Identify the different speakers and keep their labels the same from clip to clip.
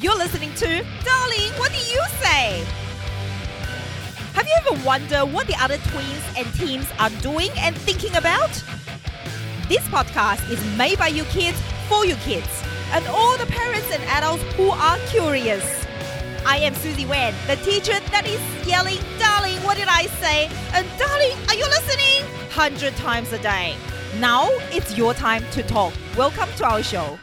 Speaker 1: You're listening to Darling, what do you say? Have you ever wondered what the other tweens and teens are doing and thinking about? This podcast is made by your kids for your kids and all the parents and adults who are curious. I am Susie Wen, the teacher that is yelling, Darling, what did I say? And darling, are you listening? 100 times a day. Now it's your time to talk. Welcome to our show.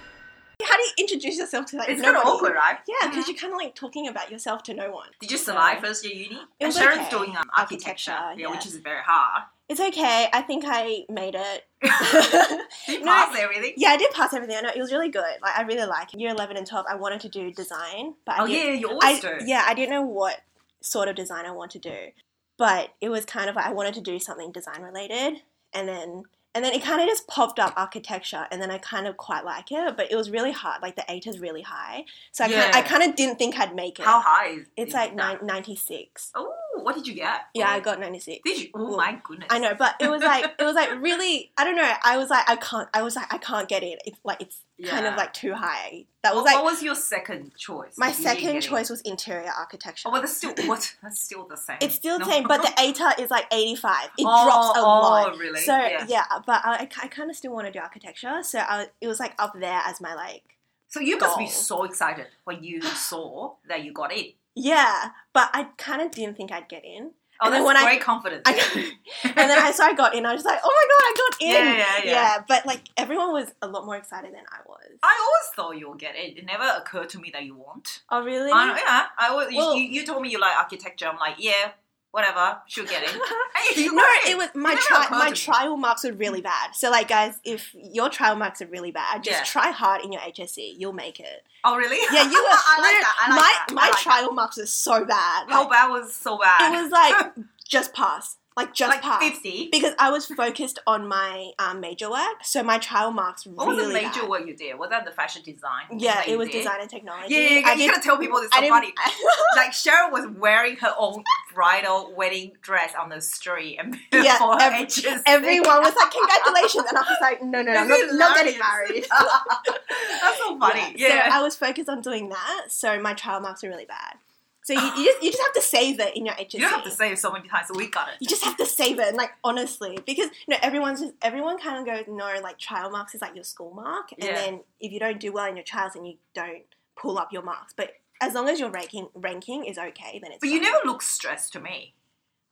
Speaker 2: How do you introduce yourself to like
Speaker 3: It's kind
Speaker 2: nobody?
Speaker 3: of awkward, right? Mm-hmm.
Speaker 2: Yeah, because you're kind of like talking about yourself to no one.
Speaker 3: Did you survive first year uni?
Speaker 2: It
Speaker 3: And
Speaker 2: was
Speaker 3: Sharon's
Speaker 2: okay.
Speaker 3: doing um, architecture,
Speaker 2: Architecture,
Speaker 3: yeah,
Speaker 2: yeah.
Speaker 3: which is very hard.
Speaker 2: It's okay. I think I made it.
Speaker 3: Did you
Speaker 2: No.
Speaker 3: pass everything?
Speaker 2: yeah, I did pass everything. I know it was really good. Like I really like it. Year eleven and twelve, I wanted to do design, but I
Speaker 3: Oh
Speaker 2: didn't-
Speaker 3: yeah, you
Speaker 2: I,
Speaker 3: always do.
Speaker 2: yeah, I didn't know what sort of design I want to do, but it was kind of like I wanted to do something design related, and then and then it kind of just popped up architecture, and then I kind of quite like it, but it was really hard. Like the eight is really high, so I kind
Speaker 3: Yeah.
Speaker 2: I kind of didn't think I'd make it.
Speaker 3: How high is
Speaker 2: It's
Speaker 3: is
Speaker 2: like
Speaker 3: that?
Speaker 2: nine, 96.
Speaker 3: Oh, what did you get?
Speaker 2: Yeah, I
Speaker 3: Oh.
Speaker 2: got 96.
Speaker 3: Did you? Oh
Speaker 2: Ooh.
Speaker 3: my goodness.
Speaker 2: I know, but it was like it was like really I don't know. I was like I can't I was like I can't get it. It's like it's kind of
Speaker 3: Yeah.
Speaker 2: like too high. That was
Speaker 3: what,
Speaker 2: like
Speaker 3: what was your second choice?
Speaker 2: my
Speaker 3: You didn't get
Speaker 2: second
Speaker 3: it.
Speaker 2: choice was interior architecture.
Speaker 3: Oh, well, that's still what? That's still the same.
Speaker 2: It's still the
Speaker 3: No.
Speaker 2: same, but the ATAR is like 85. It
Speaker 3: Oh,
Speaker 2: drops a
Speaker 3: oh,
Speaker 2: lot.
Speaker 3: really?
Speaker 2: So, yeah,
Speaker 3: Yeah.
Speaker 2: but I, I kind of still want to do architecture. So, I, it was like up there as my like,
Speaker 3: So you must be
Speaker 2: goal.
Speaker 3: so excited when you saw that you got in.
Speaker 2: yeah, but I kind of didn't think I'd get in.
Speaker 3: Oh,
Speaker 2: And then
Speaker 3: that's
Speaker 2: when I-
Speaker 3: great confidence.
Speaker 2: I, and then I, so I got in. I was just like, oh my God, I got in.
Speaker 3: Yeah, yeah, yeah.
Speaker 2: but like everyone was a lot more excited than I was.
Speaker 3: I always thought you'll get in. It never occurred to me that you won't.
Speaker 2: oh, really?
Speaker 3: I don't- yeah, I always, you-
Speaker 2: Well-
Speaker 3: you, you told me you like architecture. I'm like, yeah, whatever, she'll get in. Hey, you
Speaker 2: no,
Speaker 3: got
Speaker 2: it was my
Speaker 3: never
Speaker 2: tri-
Speaker 3: occurred
Speaker 2: my
Speaker 3: to me.
Speaker 2: trial marks were really bad. So like guys, if your trial marks are really bad, just
Speaker 3: Yeah.
Speaker 2: try hard in your HSC. You'll make it.
Speaker 3: Oh, really?
Speaker 2: Yeah, you were.
Speaker 3: I like that. I like
Speaker 2: my
Speaker 3: that. I
Speaker 2: my
Speaker 3: like that.
Speaker 2: trial marks were so bad.
Speaker 3: How
Speaker 2: Like,
Speaker 3: bad was so bad?
Speaker 2: it was like just pass, like just
Speaker 3: like
Speaker 2: pass,
Speaker 3: 50.
Speaker 2: because I was focused on my um, major work, so my trial marks
Speaker 3: What
Speaker 2: really
Speaker 3: was the major
Speaker 2: bad.
Speaker 3: work you did? Was that the fashion design?
Speaker 2: Yeah,
Speaker 3: that you
Speaker 2: it was
Speaker 3: did?
Speaker 2: design and technology.
Speaker 3: Yeah, yeah, yeah.
Speaker 2: I
Speaker 3: you
Speaker 2: did,
Speaker 3: gotta tell people this
Speaker 2: I
Speaker 3: is so
Speaker 2: didn't-
Speaker 3: funny. like Cheryl was wearing her own bridal wedding dress on the street, and
Speaker 2: Yeah,
Speaker 3: for her
Speaker 2: every-
Speaker 3: HSC.
Speaker 2: everyone was like, "Congratulations!" and I was like, "No, no, no, I'm
Speaker 3: This
Speaker 2: not,
Speaker 3: is
Speaker 2: not getting
Speaker 3: hilarious.
Speaker 2: married."
Speaker 3: That's so funny. Yeah.
Speaker 2: So I was focused on doing that, so my trial marks were really bad. So you, you just you just have to save it in your HSC.
Speaker 3: you don't have to say it so many times. We got it.
Speaker 2: you just have to save it and like honestly because you know everyone's just everyone kind of goes no like trial marks is like your school mark and
Speaker 3: Yeah.
Speaker 2: then if you don't do well in your trials and you don't pull up your marks but as long as your ranking ranking is okay then it's
Speaker 3: But you
Speaker 2: fine.
Speaker 3: never look stressed to me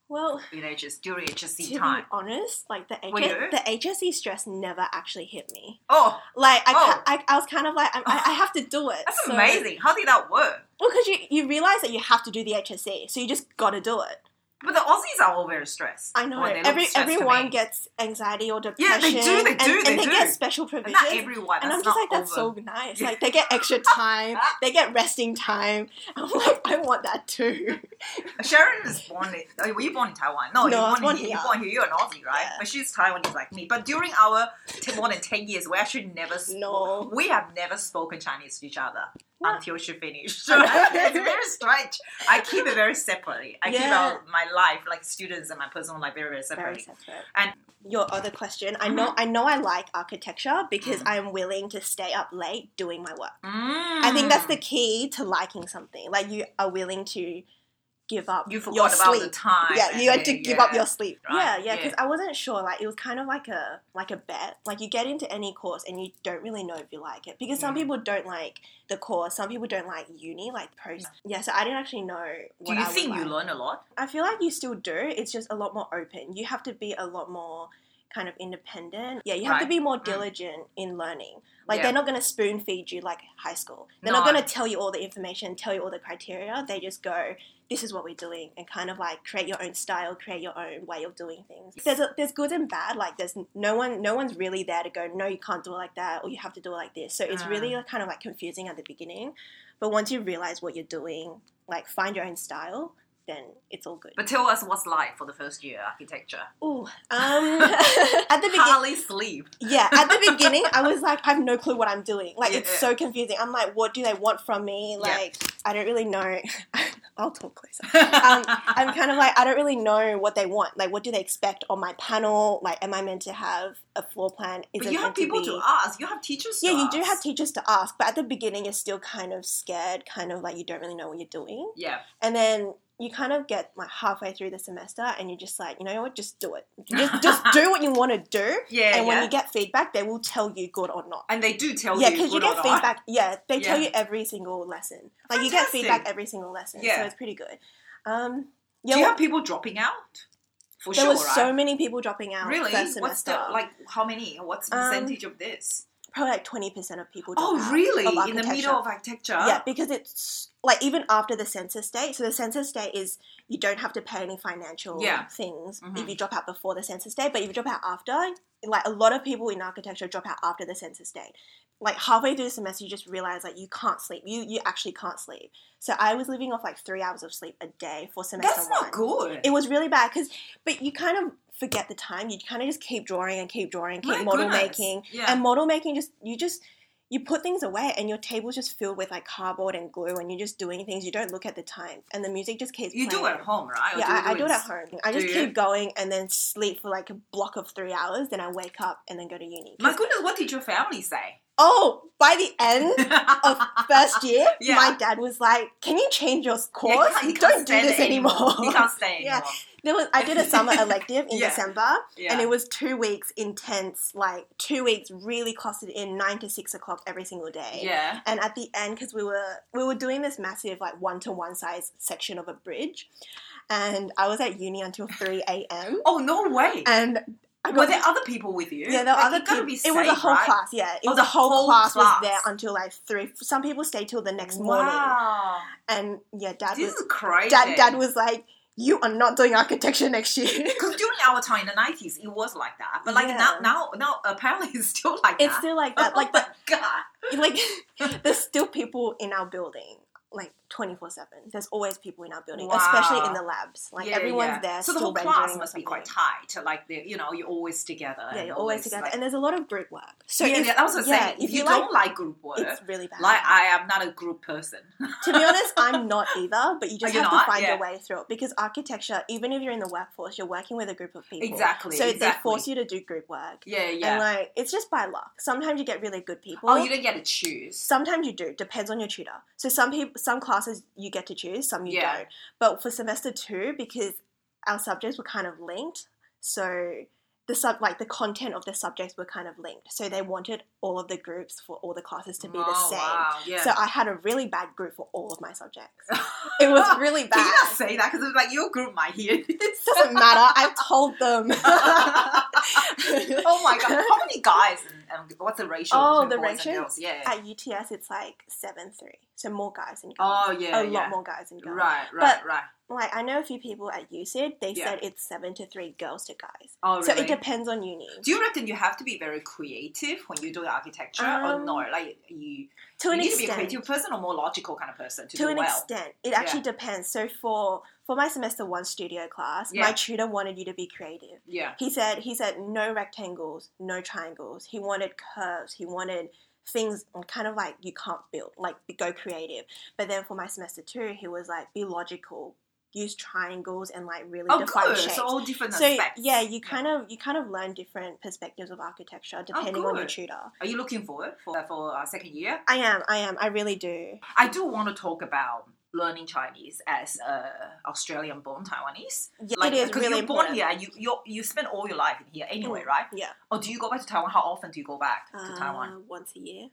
Speaker 2: well
Speaker 3: in HS during
Speaker 2: to
Speaker 3: HSC
Speaker 2: be
Speaker 3: time.
Speaker 2: honest like the
Speaker 3: Were you?
Speaker 2: HS, the HSE stress never actually hit me
Speaker 3: Oh,
Speaker 2: like I,
Speaker 3: Oh.
Speaker 2: ca- I, I was kind of like I, I I have to do it
Speaker 3: that's
Speaker 2: so-
Speaker 3: amazing. How did that work?
Speaker 2: well because you, you realize that you have to do the HSE so you just gotta do it
Speaker 3: But the Aussies are all very stressed.
Speaker 2: I know.
Speaker 3: Well, they look
Speaker 2: Every
Speaker 3: stressed to
Speaker 2: everyone
Speaker 3: me.
Speaker 2: gets anxiety or depression.
Speaker 3: Yeah, they do, they
Speaker 2: and-
Speaker 3: do,
Speaker 2: and,
Speaker 3: they
Speaker 2: they
Speaker 3: do.
Speaker 2: get special
Speaker 3: But
Speaker 2: privileges.
Speaker 3: not everyone.
Speaker 2: and I'm
Speaker 3: that's
Speaker 2: just like,
Speaker 3: not
Speaker 2: that's
Speaker 3: over.
Speaker 2: so nice. Like they get extra time, they get resting time. I'm like, I want that too.
Speaker 3: Sharon was born. In, oh, were you born in Taiwan? No,
Speaker 2: No,
Speaker 3: you
Speaker 2: I was born
Speaker 3: were born here.
Speaker 2: here.
Speaker 3: You're born here. You're an Aussie, right?
Speaker 2: Yeah.
Speaker 3: But she's Taiwanese like me. But during our t- more than ten years, we actually never. sp-
Speaker 2: No.
Speaker 3: we have never spoken Chinese to each other
Speaker 2: No.
Speaker 3: until she finished.
Speaker 2: I know.
Speaker 3: it's very strange. I keep it very separately. I keep
Speaker 2: Yeah.
Speaker 3: out my life, like students and my personal life, very very
Speaker 2: Very
Speaker 3: separately.
Speaker 2: separate.
Speaker 3: And- Uh-huh.
Speaker 2: your other question, I know, I know, I like architecture because I'm willing to stay up late doing my work. I think
Speaker 3: Mm.
Speaker 2: that's the key to liking something. Like you are willing to give up
Speaker 3: you
Speaker 2: your
Speaker 3: forgot about
Speaker 2: sleep.
Speaker 3: the time.
Speaker 2: yeah, you
Speaker 3: and
Speaker 2: had to
Speaker 3: then-
Speaker 2: give up
Speaker 3: yeah.
Speaker 2: your sleep.
Speaker 3: Right,
Speaker 2: Yeah, yeah,
Speaker 3: yeah.
Speaker 2: because I wasn't sure. Like it was kind of like a like a bet. Like you get into any course and you don't really know if you like it because some
Speaker 3: Mm.
Speaker 2: people don't like the course, some people don't like uni, like post. Yeah, so I didn't actually know. What
Speaker 3: Do you
Speaker 2: I would
Speaker 3: think you
Speaker 2: like.
Speaker 3: learn a lot?
Speaker 2: I feel like you still do. It's just a lot more open. You have to be a lot more kind of independent. Yeah, you have to be
Speaker 3: Right.
Speaker 2: more
Speaker 3: Mm.
Speaker 2: diligent in learning. Like
Speaker 3: Yeah.
Speaker 2: they're not going to spoon feed you like high school. They're not
Speaker 3: No.
Speaker 2: going to tell you all the information, tell you all the criteria. They just go, this is what we're doing, and kind of like create your own style, create your own way of doing things. There's a, there's good and bad. Like there's no one no one's really there to go, no, you can't do it like that, or you have to do it like this. So it's
Speaker 3: Mm.
Speaker 2: really like, kind of like confusing at the beginning, but once you realize what you're doing, like find your own style then it's all good.
Speaker 3: But tell us what's like for the first year architecture.
Speaker 2: Ooh, um, at the beginning,
Speaker 3: Hardly sleep.
Speaker 2: yeah, at the beginning, I was like, I have no clue what I'm doing. Like,
Speaker 3: Yeah,
Speaker 2: it's
Speaker 3: yeah.
Speaker 2: so confusing. I'm like, what do they want from me?
Speaker 3: Yeah.
Speaker 2: Like, I don't really know. I'll talk closer. Um, I'm kind of like, I don't really know what they want. Like, what do they expect on my panel? Like, am I meant to have a floor plan? Is
Speaker 3: but
Speaker 2: it
Speaker 3: you have
Speaker 2: meant to
Speaker 3: people
Speaker 2: be-
Speaker 3: to ask. You have teachers. to
Speaker 2: Yeah, you do
Speaker 3: ask.
Speaker 2: have teachers to ask, but at the beginning, you're still kind of scared, kind of like you don't really know what you're doing.
Speaker 3: Yeah,
Speaker 2: And then you kind of get like halfway through the semester, and you're just like, you know what, just do it. Just, just do what you want to do.
Speaker 3: yeah,
Speaker 2: and
Speaker 3: yeah.
Speaker 2: when you get feedback, they will tell you good or not.
Speaker 3: and they do tell
Speaker 2: yeah,
Speaker 3: you.
Speaker 2: because you
Speaker 3: good or
Speaker 2: get
Speaker 3: not.
Speaker 2: feedback. Yeah, they tell
Speaker 3: Yeah.
Speaker 2: you every single lesson. Like you get
Speaker 3: Fantastic.
Speaker 2: feedback every single lesson,
Speaker 3: Yeah.
Speaker 2: so it's pretty good. Um,
Speaker 3: Do
Speaker 2: yeah,
Speaker 3: you
Speaker 2: well,
Speaker 3: have people dropping out? For
Speaker 2: there
Speaker 3: sure,
Speaker 2: was
Speaker 3: right?
Speaker 2: so many people dropping out
Speaker 3: really.
Speaker 2: first semester.
Speaker 3: What's the like? How many? What's the
Speaker 2: Um,
Speaker 3: percentage of this?
Speaker 2: Probably like twenty percent of people. drop
Speaker 3: Oh,
Speaker 2: out
Speaker 3: really?
Speaker 2: of
Speaker 3: In the
Speaker 2: architecture.
Speaker 3: middle of architecture?
Speaker 2: Yeah, because it's like even after the census date. So the census date is you don't have to pay any financial
Speaker 3: Yeah.
Speaker 2: things
Speaker 3: Mhm.
Speaker 2: if you drop out before the census date. But if you drop out after, like a lot of people in architecture drop out after the census date. Like halfway through the semester, you just realize like you can't sleep. You you actually can't sleep. So I was living off like three hours of sleep a day for semester
Speaker 3: That's
Speaker 2: one.
Speaker 3: not good.
Speaker 2: It was really bad because, but you kind of forget the time. You kind of just keep drawing and keep drawing, keep
Speaker 3: My
Speaker 2: model
Speaker 3: goodness.
Speaker 2: making,
Speaker 3: Yeah.
Speaker 2: and model making just you just you put things away and your table's just filled with like cardboard and glue and you're just doing things you don't look at the time and the music just keeps
Speaker 3: you do
Speaker 2: playing.
Speaker 3: at home, right? Or
Speaker 2: yeah
Speaker 3: you
Speaker 2: I, I do it
Speaker 3: in-
Speaker 2: at home i just
Speaker 3: Do you?
Speaker 2: keep going and then sleep for like a block of three hours then i wake up and then go to uni 'Cause-
Speaker 3: My goodness, what did your family say?
Speaker 2: oh by the end of first year
Speaker 3: Yeah.
Speaker 2: my dad was like can you change your course
Speaker 3: Yeah, he can't- he can't
Speaker 2: don't do
Speaker 3: stand
Speaker 2: this
Speaker 3: it
Speaker 2: anymore,
Speaker 3: He can't stay
Speaker 2: Yeah.
Speaker 3: anymore.
Speaker 2: There was, I did a summer elective in
Speaker 3: Yeah.
Speaker 2: December,
Speaker 3: Yeah.
Speaker 2: and it was two weeks intense, like two weeks really clustered in nine to six o'clock every single day.
Speaker 3: yeah.
Speaker 2: And at the end, because we were we were doing this massive like one to one size section of a bridge, and I was at uni until three a.m.
Speaker 3: Oh no way.
Speaker 2: and I
Speaker 3: were
Speaker 2: got
Speaker 3: there other people with you?
Speaker 2: yeah, there were
Speaker 3: Like,
Speaker 2: other
Speaker 3: you gotta
Speaker 2: people.
Speaker 3: be
Speaker 2: it was a
Speaker 3: safe,
Speaker 2: whole
Speaker 3: right?
Speaker 2: class. Yeah, it
Speaker 3: Oh,
Speaker 2: was
Speaker 3: the
Speaker 2: a whole,
Speaker 3: whole
Speaker 2: class,
Speaker 3: class.
Speaker 2: was there until like three. Some people stayed till the next morning,
Speaker 3: Wow.
Speaker 2: and yeah, dad
Speaker 3: This
Speaker 2: was
Speaker 3: is crazy.
Speaker 2: dad dad was like, "You are not doing architecture next year."
Speaker 3: because during our time in the nineties, it was like that. But like
Speaker 2: Yeah.
Speaker 3: now, now, now, apparently, it's still like
Speaker 2: It's
Speaker 3: that.
Speaker 2: still like that. Like
Speaker 3: oh
Speaker 2: the
Speaker 3: my god.
Speaker 2: like there's still people in our building, like twenty four seven. There's always people in our building,
Speaker 3: Wow.
Speaker 2: especially in the labs. Like
Speaker 3: Yeah,
Speaker 2: everyone's
Speaker 3: yeah.
Speaker 2: there.
Speaker 3: So the
Speaker 2: still
Speaker 3: whole class
Speaker 2: rendering
Speaker 3: must
Speaker 2: or
Speaker 3: be quite
Speaker 2: something.
Speaker 3: tight. Like the, you know, you're always together.
Speaker 2: Yeah,
Speaker 3: and
Speaker 2: you're always together,
Speaker 3: like-
Speaker 2: and there's a lot of group work. So
Speaker 3: yeah,
Speaker 2: if,
Speaker 3: yeah, that was what I was
Speaker 2: yeah,
Speaker 3: saying. If,
Speaker 2: if
Speaker 3: you,
Speaker 2: you
Speaker 3: don't like group work,
Speaker 2: it's really bad.
Speaker 3: like I am not a group person.
Speaker 2: to be honest, I'm not either. But you just
Speaker 3: Oh, you're
Speaker 2: have
Speaker 3: not?
Speaker 2: to find
Speaker 3: Yeah.
Speaker 2: your way through it because architecture, even if you're in the workforce, you're working with a group of people.
Speaker 3: Exactly.
Speaker 2: So
Speaker 3: exactly.
Speaker 2: they force you to do group work,
Speaker 3: Yeah,
Speaker 2: and
Speaker 3: yeah.
Speaker 2: like it's just by luck. Sometimes you get really good people.
Speaker 3: Oh, you didn't get to choose.
Speaker 2: Sometimes you do, depends on your tutor. So some people, some classes you get to choose, some you
Speaker 3: Yeah.
Speaker 2: don't. But for semester two, because our subjects were kind of linked, so the sub like the content of the subjects were kind of linked. So they wanted all of the groups for all the classes to be the
Speaker 3: Oh,
Speaker 2: same.
Speaker 3: Wow. Yeah.
Speaker 2: So I had a really bad group for all of my subjects. It was really
Speaker 3: Can you
Speaker 2: bad.
Speaker 3: not say that? Because like your group might hear this.
Speaker 2: Doesn't matter. I told them.
Speaker 3: oh my god! How many guys and, and what's the ratio?
Speaker 2: Oh,
Speaker 3: between
Speaker 2: the
Speaker 3: boys and
Speaker 2: ratio?
Speaker 3: girls? Yeah.
Speaker 2: At UTS, it's like seven three. So more guys and girls.
Speaker 3: oh yeah.
Speaker 2: a
Speaker 3: yeah.
Speaker 2: lot more guys and girls.
Speaker 3: Right. Right.
Speaker 2: But-
Speaker 3: right.
Speaker 2: like I know a few people at UCID, they
Speaker 3: Yeah.
Speaker 2: said it's seven to three girls to guys.
Speaker 3: Oh really?
Speaker 2: So it depends on uni.
Speaker 3: do you reckon you have to be very creative when you do architecture, or
Speaker 2: Um,
Speaker 3: no? Like you,
Speaker 2: To
Speaker 3: you
Speaker 2: an
Speaker 3: need to be a
Speaker 2: extent.
Speaker 3: creative person or more logical kind of person to,
Speaker 2: to
Speaker 3: do
Speaker 2: an
Speaker 3: well.
Speaker 2: extent. It actually depends. So for for my semester one studio class,
Speaker 3: Yeah.
Speaker 2: my tutor wanted you to be creative.
Speaker 3: Yeah.
Speaker 2: He said he said no rectangles, no triangles. He wanted curves. He wanted things kind of like you can't build, like go creative. But then for my semester two, he was like be logical, use triangles and like really
Speaker 3: Oh,
Speaker 2: define
Speaker 3: good.
Speaker 2: shapes.
Speaker 3: So all different
Speaker 2: so
Speaker 3: aspects.
Speaker 2: yeah, you kind of you kind of learn different perspectives of architecture depending on your
Speaker 3: good.
Speaker 2: tutor.
Speaker 3: Are you looking forward for for uh, second year?
Speaker 2: I am, I am, I really do.
Speaker 3: I do want to talk about learning Chinese as a Australian-born Taiwanese.
Speaker 2: Yeah, it is
Speaker 3: because
Speaker 2: really
Speaker 3: you're born
Speaker 2: important.
Speaker 3: here, you you you spend all your life in here anyway,
Speaker 2: Mm.
Speaker 3: right?
Speaker 2: Yeah,
Speaker 3: Or do you go back to Taiwan? How often do you go back to
Speaker 2: Uh,
Speaker 3: Taiwan?
Speaker 2: once a year.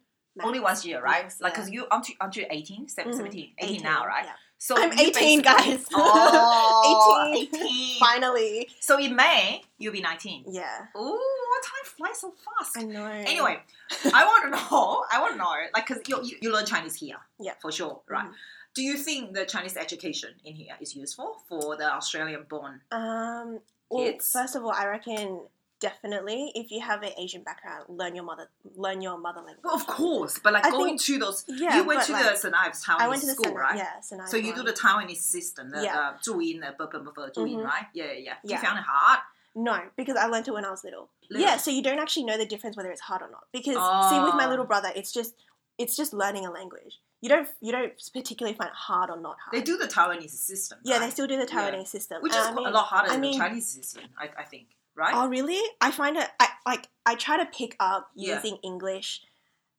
Speaker 3: Only
Speaker 2: max.
Speaker 3: once a year, right?
Speaker 2: Max, yeah.
Speaker 3: Like,
Speaker 2: Mm-hmm.
Speaker 3: because you aren't you, aren't you 18, Se- 17, 18, now, right?
Speaker 2: yeah.
Speaker 3: So
Speaker 2: I'm
Speaker 3: you
Speaker 2: 18,
Speaker 3: basically-
Speaker 2: guys.
Speaker 3: Oh,
Speaker 2: 18.
Speaker 3: 18.
Speaker 2: Finally,
Speaker 3: So in May you'll be 19.
Speaker 2: yeah.
Speaker 3: Oh, time flies so fast.
Speaker 2: I know.
Speaker 3: Anyway, I want to know. I want to know, like, because you, you you learn Chinese here,
Speaker 2: Yeah.
Speaker 3: for sure, right?
Speaker 2: Mhm.
Speaker 3: Do you think the Chinese education in here is useful for the Australian-born?
Speaker 2: um, well,
Speaker 3: Kids?
Speaker 2: first of all, I reckon definitely if you have an Asian background, learn your mother learn your mother language.
Speaker 3: Well, of course, but like
Speaker 2: I
Speaker 3: going
Speaker 2: think-
Speaker 3: to those,
Speaker 2: yeah,
Speaker 3: you went
Speaker 2: but,
Speaker 3: to the
Speaker 2: like,
Speaker 3: St. Ives Taiwanese
Speaker 2: I went to the
Speaker 3: school,
Speaker 2: Senai-
Speaker 3: right?
Speaker 2: Yeah, Senai
Speaker 3: So you do
Speaker 2: one.
Speaker 3: the Taiwanese system, the
Speaker 2: Yeah.
Speaker 3: uh, Zuyin, the bu- bu- bu- bu- Zuyin,
Speaker 2: Mhm.
Speaker 3: right? Yeah, yeah, yeah. You
Speaker 2: Yeah.
Speaker 3: found it hard.
Speaker 2: No, because I learned it when I was little.
Speaker 3: Little.
Speaker 2: Yeah, so you don't actually know the difference whether it's hard or not. Because see, with my
Speaker 3: Oh.
Speaker 2: little brother, it's just it's just learning a language. You don't you don't particularly find it hard or not hard.
Speaker 3: They do the Taiwanese system.
Speaker 2: Yeah,
Speaker 3: right?
Speaker 2: they still do the
Speaker 3: Yeah.
Speaker 2: Taiwanese system,
Speaker 3: which
Speaker 2: And
Speaker 3: is
Speaker 2: I
Speaker 3: quite a
Speaker 2: mean-
Speaker 3: lot harder
Speaker 2: I
Speaker 3: than
Speaker 2: mean-
Speaker 3: the Chinese system, I, I think, right?
Speaker 2: Oh, really? I find it. I like. I try to pick up
Speaker 3: Yeah.
Speaker 2: using English.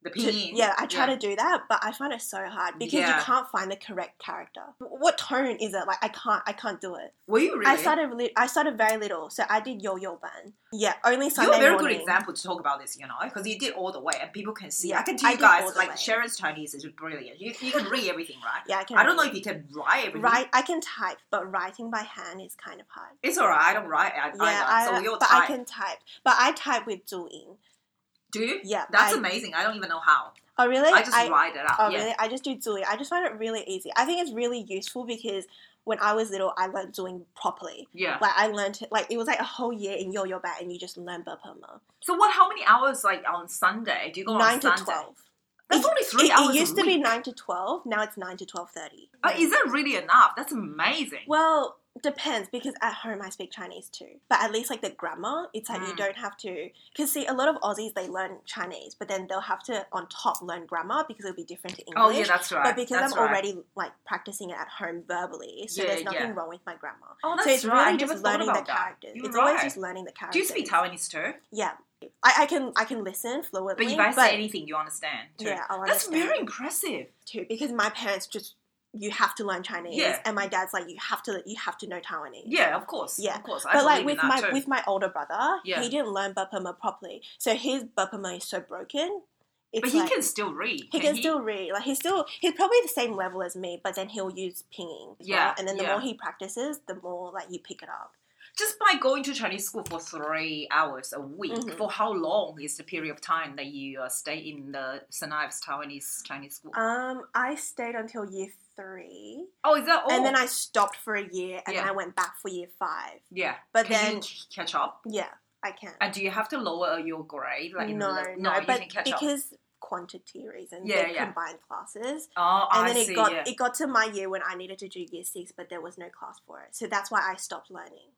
Speaker 3: the
Speaker 2: to-
Speaker 3: pinyin.
Speaker 2: yeah, I try to do that, but I find it so hard because
Speaker 3: Yeah.
Speaker 2: you can't find the correct character. W- What tone is it? Like, I can't. I can't do it.
Speaker 3: Were you really?
Speaker 2: I started. Li- I started very little, so I did yo yo ban. Yeah, only Sunday
Speaker 3: You're a very
Speaker 2: morning.
Speaker 3: good example to talk about this, you know, because you did all the way, and people can see.
Speaker 2: Yeah,
Speaker 3: I can tell
Speaker 2: I
Speaker 3: you
Speaker 2: did all
Speaker 3: guys,
Speaker 2: the
Speaker 3: like
Speaker 2: way.
Speaker 3: Sharon's Chinese is brilliant. You, you can read everything, right?
Speaker 2: Yeah, I can.
Speaker 3: I don't know
Speaker 2: write.
Speaker 3: if you can write everything.
Speaker 2: Write. I can type, but writing by hand is kind of hard.
Speaker 3: It's alright. I don't write. I,
Speaker 2: Yeah, I,
Speaker 3: either, so we all
Speaker 2: but
Speaker 3: type.
Speaker 2: I can type. But I type with Douyin.
Speaker 3: Do you?
Speaker 2: Yeah,
Speaker 3: That's
Speaker 2: I-
Speaker 3: amazing. I don't even know how.
Speaker 2: Oh really?
Speaker 3: I just write it out.
Speaker 2: Oh,
Speaker 3: yeah.
Speaker 2: really? I just do Zooey. I just find it really easy. I think it's really useful because when I was little, I learned doing properly.
Speaker 3: Yeah.
Speaker 2: Like, I learned, it, like, it was like a whole year in Yo Yo Bat and you just learn Burpama.
Speaker 3: So what? How many hours like on Sunday? Do you go
Speaker 2: Nine
Speaker 3: on
Speaker 2: to
Speaker 3: Sunday?
Speaker 2: 12.
Speaker 3: That's
Speaker 2: It-
Speaker 3: only three
Speaker 2: it,
Speaker 3: hours.
Speaker 2: it used to
Speaker 3: a
Speaker 2: be
Speaker 3: week.
Speaker 2: 9 to 12, now it's 9 to 12.30.
Speaker 3: Oh, is that really enough? That's amazing.
Speaker 2: Well, depends because at home I speak Chinese too. But at least, like, the grammar, it's like you
Speaker 3: Mm.
Speaker 2: don't have to. Because, see, a lot of Aussies, they learn Chinese, but then they'll have to, on top, learn grammar because it'll be different to English.
Speaker 3: oh yeah, that's right.
Speaker 2: But because
Speaker 3: that's
Speaker 2: I'm
Speaker 3: right.
Speaker 2: already like practicing it at home verbally, so
Speaker 3: Yeah,
Speaker 2: there's nothing
Speaker 3: yeah.
Speaker 2: wrong with my grammar.
Speaker 3: Oh, that's
Speaker 2: so it's
Speaker 3: right. I
Speaker 2: really
Speaker 3: never
Speaker 2: just
Speaker 3: thought
Speaker 2: learning the
Speaker 3: about that.
Speaker 2: characters.
Speaker 3: You're
Speaker 2: it's
Speaker 3: right.
Speaker 2: always just learning the characters.
Speaker 3: Do you speak Taiwanese too?
Speaker 2: Yeah, I, I can I can listen fluently.
Speaker 3: But if I say anything, you understand too.
Speaker 2: yeah, I'll
Speaker 3: That's
Speaker 2: understand
Speaker 3: very impressive.
Speaker 2: too because my parents just you have to learn Chinese,
Speaker 3: Yeah.
Speaker 2: and my dad's like you have to you have to know Taiwanese.
Speaker 3: Yeah, of course.
Speaker 2: Yeah.
Speaker 3: of course. I
Speaker 2: But like
Speaker 3: believe
Speaker 2: with
Speaker 3: in
Speaker 2: my
Speaker 3: that too.
Speaker 2: with my older brother,
Speaker 3: Yeah.
Speaker 2: he didn't learn Burpama properly, so his Burpama is so broken. It's
Speaker 3: but he
Speaker 2: like-
Speaker 3: can still read.
Speaker 2: he can still read. Like he's still he's probably the same level as me, but then he'll use pinging. as
Speaker 3: Yeah,
Speaker 2: well. And then the
Speaker 3: yeah.
Speaker 2: more he practices, the more like you pick it up.
Speaker 3: just by going to Chinese school for three hours a week.
Speaker 2: Mhm.
Speaker 3: For how long is the period of time that you uh, stay in the St Ives Taiwanese Chinese school?
Speaker 2: Um, I stayed until year three,
Speaker 3: oh, is that all?
Speaker 2: and then I stopped for a year, and
Speaker 3: Yeah.
Speaker 2: then I went back for year five.
Speaker 3: yeah.
Speaker 2: but
Speaker 3: Can you
Speaker 2: then-
Speaker 3: ch- catch up.
Speaker 2: Yeah, I can.
Speaker 3: And do you have to lower your grade? Like in
Speaker 2: no,
Speaker 3: the,
Speaker 2: no,
Speaker 3: you
Speaker 2: but
Speaker 3: can catch up.
Speaker 2: because quantity reasons,
Speaker 3: Yeah,
Speaker 2: they
Speaker 3: yeah.
Speaker 2: combined classes.
Speaker 3: Oh,
Speaker 2: And
Speaker 3: I
Speaker 2: then
Speaker 3: see.
Speaker 2: it got
Speaker 3: yeah.
Speaker 2: it got to my year when I needed to do year six, but there was no class for it, so that's why I stopped learning.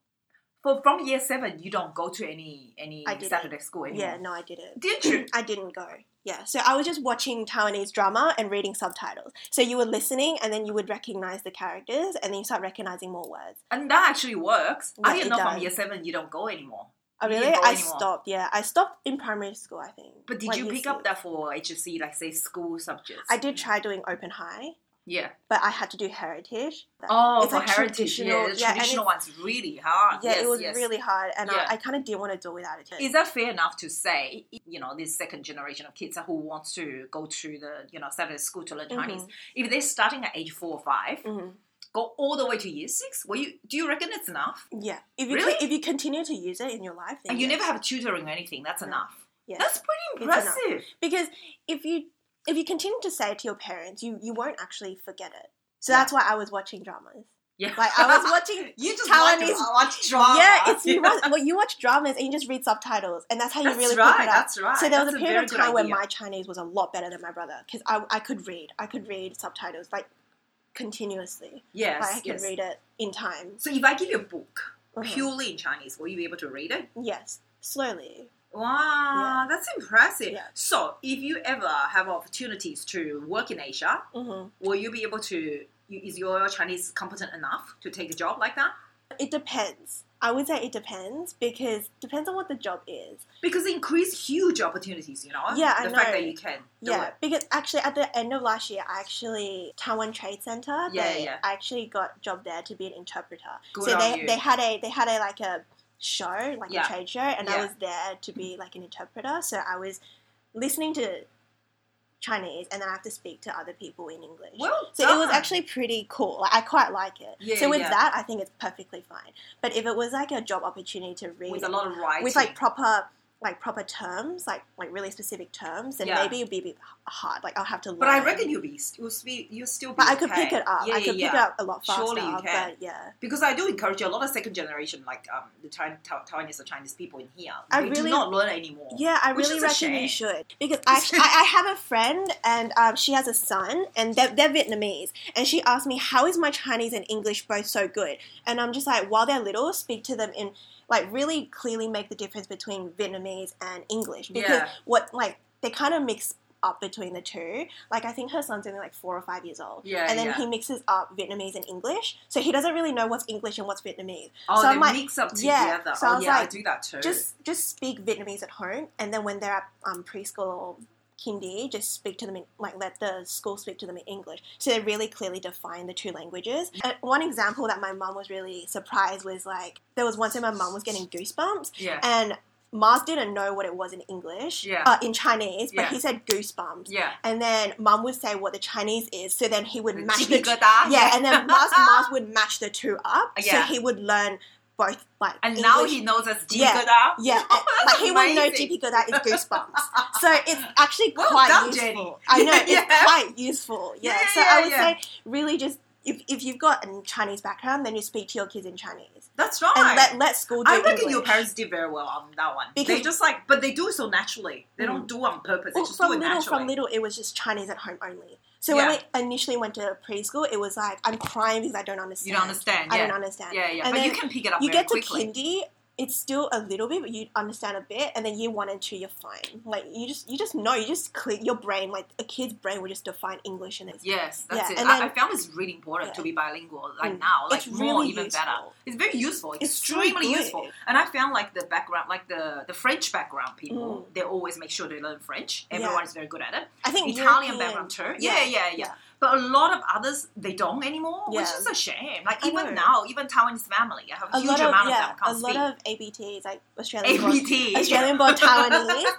Speaker 3: For from year seven, you don't go to any any
Speaker 2: I didn't.
Speaker 3: Saturday school anymore.
Speaker 2: Yeah, no, I didn't.
Speaker 3: Did you?
Speaker 2: I didn't go. Yeah, so I was just watching Taiwanese drama and reading subtitles. So you were listening, and then you would recognize the characters, and then you start recognizing more words.
Speaker 3: And that actually works. I
Speaker 2: Yeah,
Speaker 3: didn't
Speaker 2: it
Speaker 3: know from
Speaker 2: does.
Speaker 3: year seven you don't go anymore.
Speaker 2: Oh,
Speaker 3: You
Speaker 2: really?
Speaker 3: didn't go
Speaker 2: I
Speaker 3: anymore.
Speaker 2: stopped. Yeah, I stopped in primary school, I think.
Speaker 3: But did
Speaker 2: Like
Speaker 3: you
Speaker 2: year
Speaker 3: pick up
Speaker 2: six.
Speaker 3: that for HSC, like say school subjects?
Speaker 2: I did try doing open high,
Speaker 3: Yeah.
Speaker 2: but I had to do heritage.
Speaker 3: Oh,
Speaker 2: It's
Speaker 3: for
Speaker 2: like
Speaker 3: heritage, yeah,
Speaker 2: traditional-
Speaker 3: the
Speaker 2: yeah, and
Speaker 3: traditional one's really hard.
Speaker 2: yeah,
Speaker 3: yes,
Speaker 2: it was
Speaker 3: yes.
Speaker 2: really hard, and
Speaker 3: Yeah.
Speaker 2: I, I kind of didn't want to do without it.
Speaker 3: Is that fair enough to say, you know, this second generation of kids who want to go to the, you know, Saturday school to learn Chinese,
Speaker 2: Mm-hmm.
Speaker 3: if they're starting at age four or 5
Speaker 2: hmm
Speaker 3: go all the way to year six, will you, do you reckon it's enough?
Speaker 2: Yeah, if you
Speaker 3: Really?
Speaker 2: con- if you continue to use it in your life, then
Speaker 3: And you
Speaker 2: yes.
Speaker 3: never have tutoring or anything, that's
Speaker 2: No.
Speaker 3: enough.
Speaker 2: Yeah.
Speaker 3: That's pretty
Speaker 2: It's enough.
Speaker 3: impressive.
Speaker 2: because if you if you continue to say it to your parents, you you won't actually forget it. So
Speaker 3: Yeah.
Speaker 2: that's why I was watching dramas.
Speaker 3: Yeah.
Speaker 2: Like I was watching.
Speaker 3: you just
Speaker 2: Taiwanese-
Speaker 3: watch, watch drama.
Speaker 2: Yeah, it's you watch, well, you watch dramas and you just read subtitles, and that's how you
Speaker 3: That's
Speaker 2: really
Speaker 3: right,
Speaker 2: pick it up.
Speaker 3: that's right.
Speaker 2: So there was
Speaker 3: That's
Speaker 2: a period
Speaker 3: very
Speaker 2: of
Speaker 3: good
Speaker 2: time when
Speaker 3: idea.
Speaker 2: my Chinese was a lot better than my brother because I I could read, I could read subtitles like continuously.
Speaker 3: Yes,
Speaker 2: like I could
Speaker 3: yes.
Speaker 2: read it in time.
Speaker 3: So if I give you a book
Speaker 2: Mhm.
Speaker 3: purely in Chinese, will you be able to read it?
Speaker 2: Yes, slowly.
Speaker 3: Wow, that's impressive.
Speaker 2: Yeah.
Speaker 3: So if you ever have opportunities to work in Asia,
Speaker 2: hmm
Speaker 3: will you be able to? you- Is your Chinese competent enough to take a job like that?
Speaker 2: It depends. I would say it depends because depends on what the job is.
Speaker 3: Because it increase huge opportunities, you know.
Speaker 2: Yeah,
Speaker 3: the
Speaker 2: I
Speaker 3: fact
Speaker 2: know.
Speaker 3: that you can. Do
Speaker 2: Yeah,
Speaker 3: It.
Speaker 2: because actually at the end of last year, I actually Taiwan Trade Center.
Speaker 3: Yeah,
Speaker 2: they,
Speaker 3: yeah.
Speaker 2: I actually got job there to be an interpreter.
Speaker 3: Good
Speaker 2: so
Speaker 3: on
Speaker 2: they
Speaker 3: you.
Speaker 2: they had a they had a like a show like
Speaker 3: Yeah.
Speaker 2: a trade show, and I
Speaker 3: Yeah.
Speaker 2: was there to be like an interpreter. So I was listening to Chinese, and then I have to speak to other people in English.
Speaker 3: Well,
Speaker 2: so it was
Speaker 3: done.
Speaker 2: actually pretty cool. Like I quite like it.
Speaker 3: Ah. Yeah,
Speaker 2: so with
Speaker 3: yeah.
Speaker 2: that, I think it's perfectly fine. But if it was like a job opportunity to read
Speaker 3: with a lot of writing.
Speaker 2: with like proper like proper terms, like like really specific terms, then
Speaker 3: Yeah.
Speaker 2: maybe it'd be a bit hard. Like I'll have to. Learn.
Speaker 3: But I reckon you'll be you'll, be, you'll still be
Speaker 2: But I could
Speaker 3: okay.
Speaker 2: pick it up.
Speaker 3: Yeah,
Speaker 2: I
Speaker 3: yeah,
Speaker 2: could
Speaker 3: yeah.
Speaker 2: pick it up a lot faster.
Speaker 3: Surely you can.
Speaker 2: But yeah,
Speaker 3: Because I do encourage a lot of second generation, like um, the Chi- Ta- Taiwanese or Chinese people in here,
Speaker 2: I
Speaker 3: they do
Speaker 2: really-
Speaker 3: not learn anymore.
Speaker 2: yeah, I
Speaker 3: Which
Speaker 2: really
Speaker 3: is a
Speaker 2: reckon you
Speaker 3: shame.
Speaker 2: should because I, I I have a friend and um, she has a son and they're, they're Vietnamese and she asked me how is my Chinese and English both so good and I'm just like while they're little speak to them in like really clearly make the difference between Vietnamese and English because
Speaker 3: Yeah.
Speaker 2: what like they kind of mix up between the two. Like I think her son's only like four or five years old.
Speaker 3: Yeah,
Speaker 2: and then
Speaker 3: yeah.
Speaker 2: he mixes up Vietnamese and English, so he doesn't really know what's English and what's Vietnamese.
Speaker 3: Oh,
Speaker 2: so
Speaker 3: they
Speaker 2: I'm like,
Speaker 3: mix up together.
Speaker 2: yeah, so I
Speaker 3: oh,
Speaker 2: was
Speaker 3: yeah, I
Speaker 2: like,
Speaker 3: do that too.
Speaker 2: just just speak Vietnamese at home, and then when they're at um, preschool or kindy, just speak to them in like let the school speak to them in English, so they really clearly define the two languages. And one example that my mum was really surprised was like there was one time my mum was getting goosebumps,
Speaker 3: yeah,
Speaker 2: and Mars didn't know what it was in English,
Speaker 3: Yeah.
Speaker 2: uh, in Chinese, but
Speaker 3: Yeah.
Speaker 2: he said goosebumps.
Speaker 3: yeah.
Speaker 2: And then Mum would say what the Chinese is, so then he would
Speaker 3: The
Speaker 2: match the
Speaker 3: chicken gaza.
Speaker 2: yeah, and then Mars Mars would match the two up,
Speaker 3: Yeah.
Speaker 2: so he would learn both like
Speaker 3: and now
Speaker 2: English-
Speaker 3: he knows as Jigada.
Speaker 2: Yeah. yeah, and- like he would know
Speaker 3: Oh, amazing.
Speaker 2: GP Goddard is goosebumps. so it's actually
Speaker 3: Well
Speaker 2: quite
Speaker 3: done,
Speaker 2: useful.
Speaker 3: Jenny.
Speaker 2: I know
Speaker 3: Yeah,
Speaker 2: it's
Speaker 3: yeah.
Speaker 2: quite useful. Yeah,
Speaker 3: Yeah,
Speaker 2: so
Speaker 3: yeah,
Speaker 2: I would
Speaker 3: yeah.
Speaker 2: say really just if, if you've got a Chinese background, then you speak to your kids in Chinese
Speaker 3: That's right.
Speaker 2: and let let school do
Speaker 3: I reckon
Speaker 2: English.
Speaker 3: your parents did very well on that one. they
Speaker 2: Because- Mm.
Speaker 3: just like, but they do it so naturally. They don't do it on purpose. They
Speaker 2: Well,
Speaker 3: just
Speaker 2: from
Speaker 3: do it
Speaker 2: little,
Speaker 3: naturally.
Speaker 2: from little, it was just Chinese at home only. So
Speaker 3: Yeah.
Speaker 2: when we initially went to preschool, it was like I'm crying because I don't understand.
Speaker 3: you don't understand.
Speaker 2: I
Speaker 3: Yeah,
Speaker 2: don't understand.
Speaker 3: yeah, yeah.
Speaker 2: And
Speaker 3: but you
Speaker 2: then
Speaker 3: can pick it up.
Speaker 2: You
Speaker 3: very
Speaker 2: get to
Speaker 3: quickly.
Speaker 2: kindy, it's still a little bit, but you understand a bit, and then year one and two, you're fine. Like you just, you just know, you just click your brain. Like a kid's brain will just define English, and it's
Speaker 3: Yes, that's
Speaker 2: Yeah,
Speaker 3: it.
Speaker 2: and
Speaker 3: I,
Speaker 2: then-
Speaker 3: I found it's really important
Speaker 2: Yeah.
Speaker 3: to be bilingual like
Speaker 2: Mm.
Speaker 3: now,
Speaker 2: It's
Speaker 3: like more
Speaker 2: really
Speaker 3: even
Speaker 2: useful.
Speaker 3: better. It's very useful,
Speaker 2: It's so
Speaker 3: extremely
Speaker 2: good.
Speaker 3: useful. And I found like the background, like the the French background people, they always make sure they learn French.
Speaker 2: Mm. Yeah.
Speaker 3: Everyone is very good at it.
Speaker 2: I think
Speaker 3: Italian
Speaker 2: European-
Speaker 3: background too.
Speaker 2: yeah,
Speaker 3: Yeah, yeah, yeah.
Speaker 2: yeah.
Speaker 3: But a lot of others they don't anymore, which
Speaker 2: Yeah.
Speaker 3: is a shame. Like
Speaker 2: I
Speaker 3: even
Speaker 2: know.
Speaker 3: now, even Taiwanese family, I have a,
Speaker 2: A
Speaker 3: huge
Speaker 2: lot of
Speaker 3: amount
Speaker 2: yeah,
Speaker 3: of them can't
Speaker 2: a
Speaker 3: speak.
Speaker 2: lot of ABTs like Australian born-
Speaker 3: ABT.
Speaker 2: Australian born Taiwanese.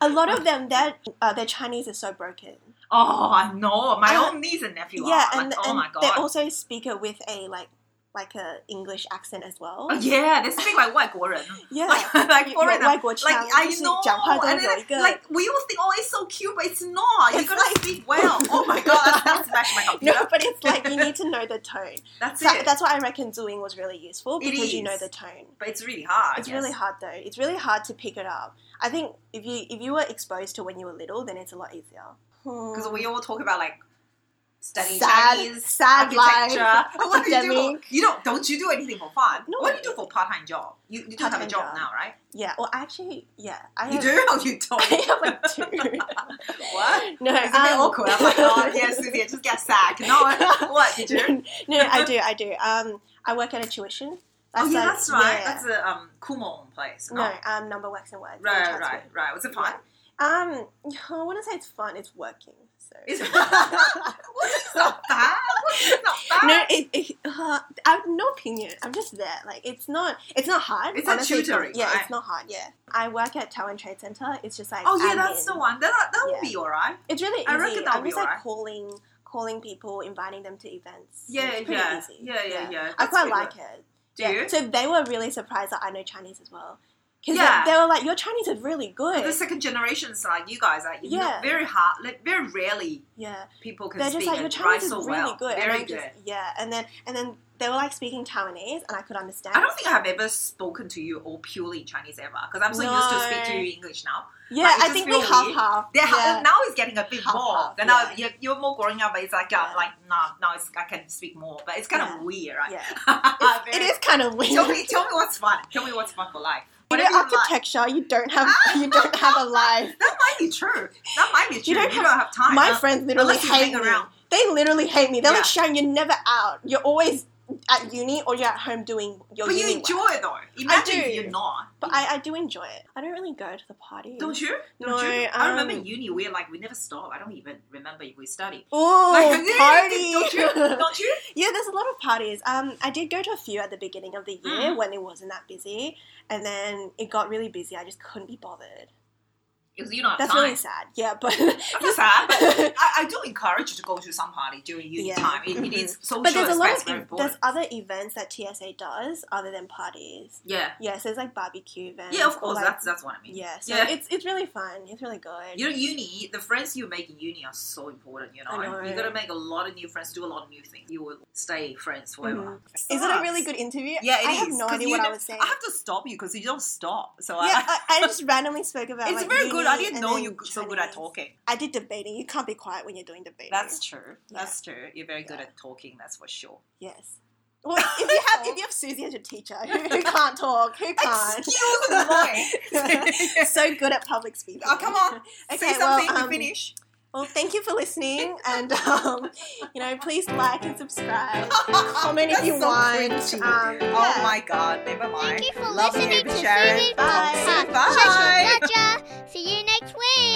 Speaker 2: A lot of them, their uh, their Chinese is so broken.
Speaker 3: Oh, I know. My
Speaker 2: Uh,
Speaker 3: own niece and nephew
Speaker 2: yeah,
Speaker 3: are.
Speaker 2: and,
Speaker 3: like, oh
Speaker 2: and
Speaker 3: my god.
Speaker 2: they also speak it with a like like a English accent as well.
Speaker 3: Oh, yeah, they speak like 外国人.
Speaker 2: Yeah,
Speaker 3: Like, like foreigner.
Speaker 2: like
Speaker 3: Like
Speaker 2: 外国
Speaker 3: I know, and then,
Speaker 2: 腔，就是讲话都有一个
Speaker 3: like we all think, oh, it's so cute, but it's not. You
Speaker 2: It's
Speaker 3: gotta
Speaker 2: like-
Speaker 3: speak well. Oh my god, that's, that's smashed my
Speaker 2: No,
Speaker 3: computer.
Speaker 2: but it's like you need to know the tone.
Speaker 3: That's
Speaker 2: So
Speaker 3: it.
Speaker 2: that's why I reckon doing was really useful
Speaker 3: It
Speaker 2: because you know
Speaker 3: is.
Speaker 2: the tone.
Speaker 3: but it's really hard.
Speaker 2: It's
Speaker 3: yes.
Speaker 2: really hard though. It's really hard to pick it up. I think if you if you were exposed to when you were little, then it's a lot easier. Hmm.
Speaker 3: because we all talk about like studying
Speaker 2: Sad-
Speaker 3: Chinese,
Speaker 2: sad
Speaker 3: architecture.
Speaker 2: life,
Speaker 3: what do you do?
Speaker 2: academic.
Speaker 3: You don't don't you do anything for fun?
Speaker 2: No.
Speaker 3: What do you do for part time job? You, you do have a
Speaker 2: Part-time
Speaker 3: job,
Speaker 2: job.
Speaker 3: now, right?
Speaker 2: yeah. Well, actually, yeah. I
Speaker 3: You
Speaker 2: have,
Speaker 3: do? Oh, you
Speaker 2: I
Speaker 3: don't.
Speaker 2: have like two.
Speaker 3: what?
Speaker 2: No,
Speaker 3: It's a bit
Speaker 2: um,
Speaker 3: awkward. I'm like, oh yeah, Susie, I just get sacked. No, what did you?
Speaker 2: no, no, I do. I do. Um, I work at a tuition.
Speaker 3: Oh yeah,
Speaker 2: like-
Speaker 3: that's right.
Speaker 2: yeah.
Speaker 3: That's a um, Kumon place.
Speaker 2: no, um, number works and words. in
Speaker 3: Right,
Speaker 2: Chatswood.
Speaker 3: right, right. Was it fun?
Speaker 2: Um, I want to say it's fun. It's working. So.
Speaker 3: It's, it's not bad. It's not bad.
Speaker 2: no, it, it, uh, I have no opinion. I'm just there. Like it's not, it's not hard.
Speaker 3: It's not
Speaker 2: it's not-
Speaker 3: tutoring,
Speaker 2: yeah,
Speaker 3: right?
Speaker 2: it's not hard. Yeah, I work at Taiwan Trade Center. It's just like
Speaker 3: oh yeah,
Speaker 2: admin.
Speaker 3: that's the one. That that will
Speaker 2: Yeah.
Speaker 3: be alright.
Speaker 2: It's really easy.
Speaker 3: I reckon that'll
Speaker 2: am
Speaker 3: be
Speaker 2: just like
Speaker 3: alright.
Speaker 2: calling, calling people, inviting them to events.
Speaker 3: Yeah,
Speaker 2: it's pretty
Speaker 3: yeah,
Speaker 2: easy.
Speaker 3: yeah, yeah, yeah.
Speaker 2: I
Speaker 3: That's
Speaker 2: quite
Speaker 3: good.
Speaker 2: like it.
Speaker 3: Do
Speaker 2: yeah.
Speaker 3: you?
Speaker 2: So they were really surprised that I know Chinese as well. Because
Speaker 3: Yeah.
Speaker 2: they, they were like, your Chinese is really good.
Speaker 3: the second generations like you guys are you know,
Speaker 2: Yeah.
Speaker 3: very hard like, very rarely
Speaker 2: yeah.
Speaker 3: people can
Speaker 2: They're
Speaker 3: speak
Speaker 2: just like, your
Speaker 3: and write
Speaker 2: Chinese is
Speaker 3: so
Speaker 2: really
Speaker 3: well
Speaker 2: good. and
Speaker 3: very
Speaker 2: I'm
Speaker 3: good
Speaker 2: just, yeah. And then, and then they were like speaking Taiwanese and I could understand.
Speaker 3: I don't think I've ever spoken to you all purely in Chinese ever because I'm so used to speak to
Speaker 2: No.
Speaker 3: you in English now.
Speaker 2: Yeah,
Speaker 3: Like, it
Speaker 2: I
Speaker 3: just
Speaker 2: think we
Speaker 3: feel
Speaker 2: half
Speaker 3: weird.
Speaker 2: half.
Speaker 3: They're,
Speaker 2: yeah.
Speaker 3: Now it's getting a bit
Speaker 2: Half,
Speaker 3: more.
Speaker 2: half,
Speaker 3: Then
Speaker 2: yeah.
Speaker 3: now you're, you're more growing up, but it's like,
Speaker 2: Yeah.
Speaker 3: uh, like nah, now it's, I can speak more. But it's kind
Speaker 2: Yeah.
Speaker 3: of weird, right?
Speaker 2: Yeah.
Speaker 3: Very-
Speaker 2: Uh, It is kind of weird.
Speaker 3: Tell me, tell me what's fun. Tell me what's fun for life.
Speaker 2: you know,
Speaker 3: Whatever you like.
Speaker 2: architecture, you don't have you don't have a life.
Speaker 3: That might be true. That might be true. You
Speaker 2: don't
Speaker 3: don't,
Speaker 2: have-
Speaker 3: have, time.
Speaker 2: My
Speaker 3: Uh,
Speaker 2: friends literally
Speaker 3: unless you hang
Speaker 2: hate me.
Speaker 3: around.
Speaker 2: They literally hate me. They're like,
Speaker 3: Yeah.
Speaker 2: Sharon, you're never out. You're always at uni or you're at home doing your
Speaker 3: but you
Speaker 2: uni
Speaker 3: enjoy
Speaker 2: work."
Speaker 3: it though. Imagine
Speaker 2: do.
Speaker 3: if you're not.
Speaker 2: But I, I do enjoy it. I don't really go to the party.
Speaker 3: Don't you? Don't
Speaker 2: No,
Speaker 3: you? I remember
Speaker 2: um,
Speaker 3: in uni, we're like, we never stop. I don't even remember if we study.
Speaker 2: Ooh,
Speaker 3: Like,
Speaker 2: Oh, party!
Speaker 3: Don't you? Don't you?
Speaker 2: yeah, there's a lot of parties. Um, I did go to a few at the beginning of the year
Speaker 3: Mm.
Speaker 2: when it wasn't that busy, and then it got really busy. I just couldn't be bothered.
Speaker 3: because you don't have
Speaker 2: That's
Speaker 3: time.
Speaker 2: really sad. Yeah, but
Speaker 3: I'm not sad, but I, I do encourage you to go to some party during uni
Speaker 2: Yeah.
Speaker 3: time. It, it
Speaker 2: Mhm.
Speaker 3: is social
Speaker 2: but there's a lot
Speaker 3: aspects
Speaker 2: of
Speaker 3: very
Speaker 2: e- there's
Speaker 3: important.
Speaker 2: other events that TSA does other than parties.
Speaker 3: Yeah,
Speaker 2: Yes, there's like barbecue events.
Speaker 3: yeah, of
Speaker 2: or,
Speaker 3: course.
Speaker 2: like-
Speaker 3: that's that's what I mean.
Speaker 2: yeah. So
Speaker 3: Yeah.
Speaker 2: it's it's really fun. It's really good.
Speaker 3: You know, uni, the friends you make in uni are so important, you know.
Speaker 2: I know.
Speaker 3: You gotta make a lot of new friends, do a lot of new things. You will stay friends forever.
Speaker 2: Is it a really good interview?
Speaker 3: Yeah, it
Speaker 2: I have
Speaker 3: is,
Speaker 2: no
Speaker 3: 'cause
Speaker 2: idea
Speaker 3: you
Speaker 2: what I
Speaker 3: don't-
Speaker 2: was saying.
Speaker 3: I have to stop you because you don't stop. So
Speaker 2: yeah,
Speaker 3: I,
Speaker 2: I, I just randomly spoke about.
Speaker 3: it's
Speaker 2: like,
Speaker 3: very good. I
Speaker 2: uni
Speaker 3: didn't
Speaker 2: and
Speaker 3: know
Speaker 2: then
Speaker 3: you're g- so good at
Speaker 2: Chinese.
Speaker 3: talking.
Speaker 2: I did debating. You can't be quiet when you're doing debating.
Speaker 3: That's true.
Speaker 2: Yeah.
Speaker 3: That's true. You're very good
Speaker 2: Yeah.
Speaker 3: at talking, that's for sure.
Speaker 2: yes. Well, if you have if you have Susie as your teacher, who, who can't talk, who can't?
Speaker 3: Excuse me.
Speaker 2: so good at public speaking.
Speaker 3: oh, come on.
Speaker 2: Okay,
Speaker 3: Say something
Speaker 2: well,
Speaker 3: to
Speaker 2: um,
Speaker 3: finish.
Speaker 2: Well, thank you for listening, and um, you know, please like and subscribe, comment if
Speaker 3: That's
Speaker 2: you
Speaker 3: so
Speaker 2: want.
Speaker 3: cringy.
Speaker 2: Um,
Speaker 3: Oh
Speaker 2: yeah.
Speaker 3: my god, never mind.
Speaker 4: Thank you for
Speaker 3: Love you,
Speaker 4: listening to
Speaker 3: Sharon.
Speaker 4: Susie
Speaker 2: Bye.
Speaker 4: Podcast.
Speaker 3: Bye.
Speaker 4: Cha-cha. See you next week.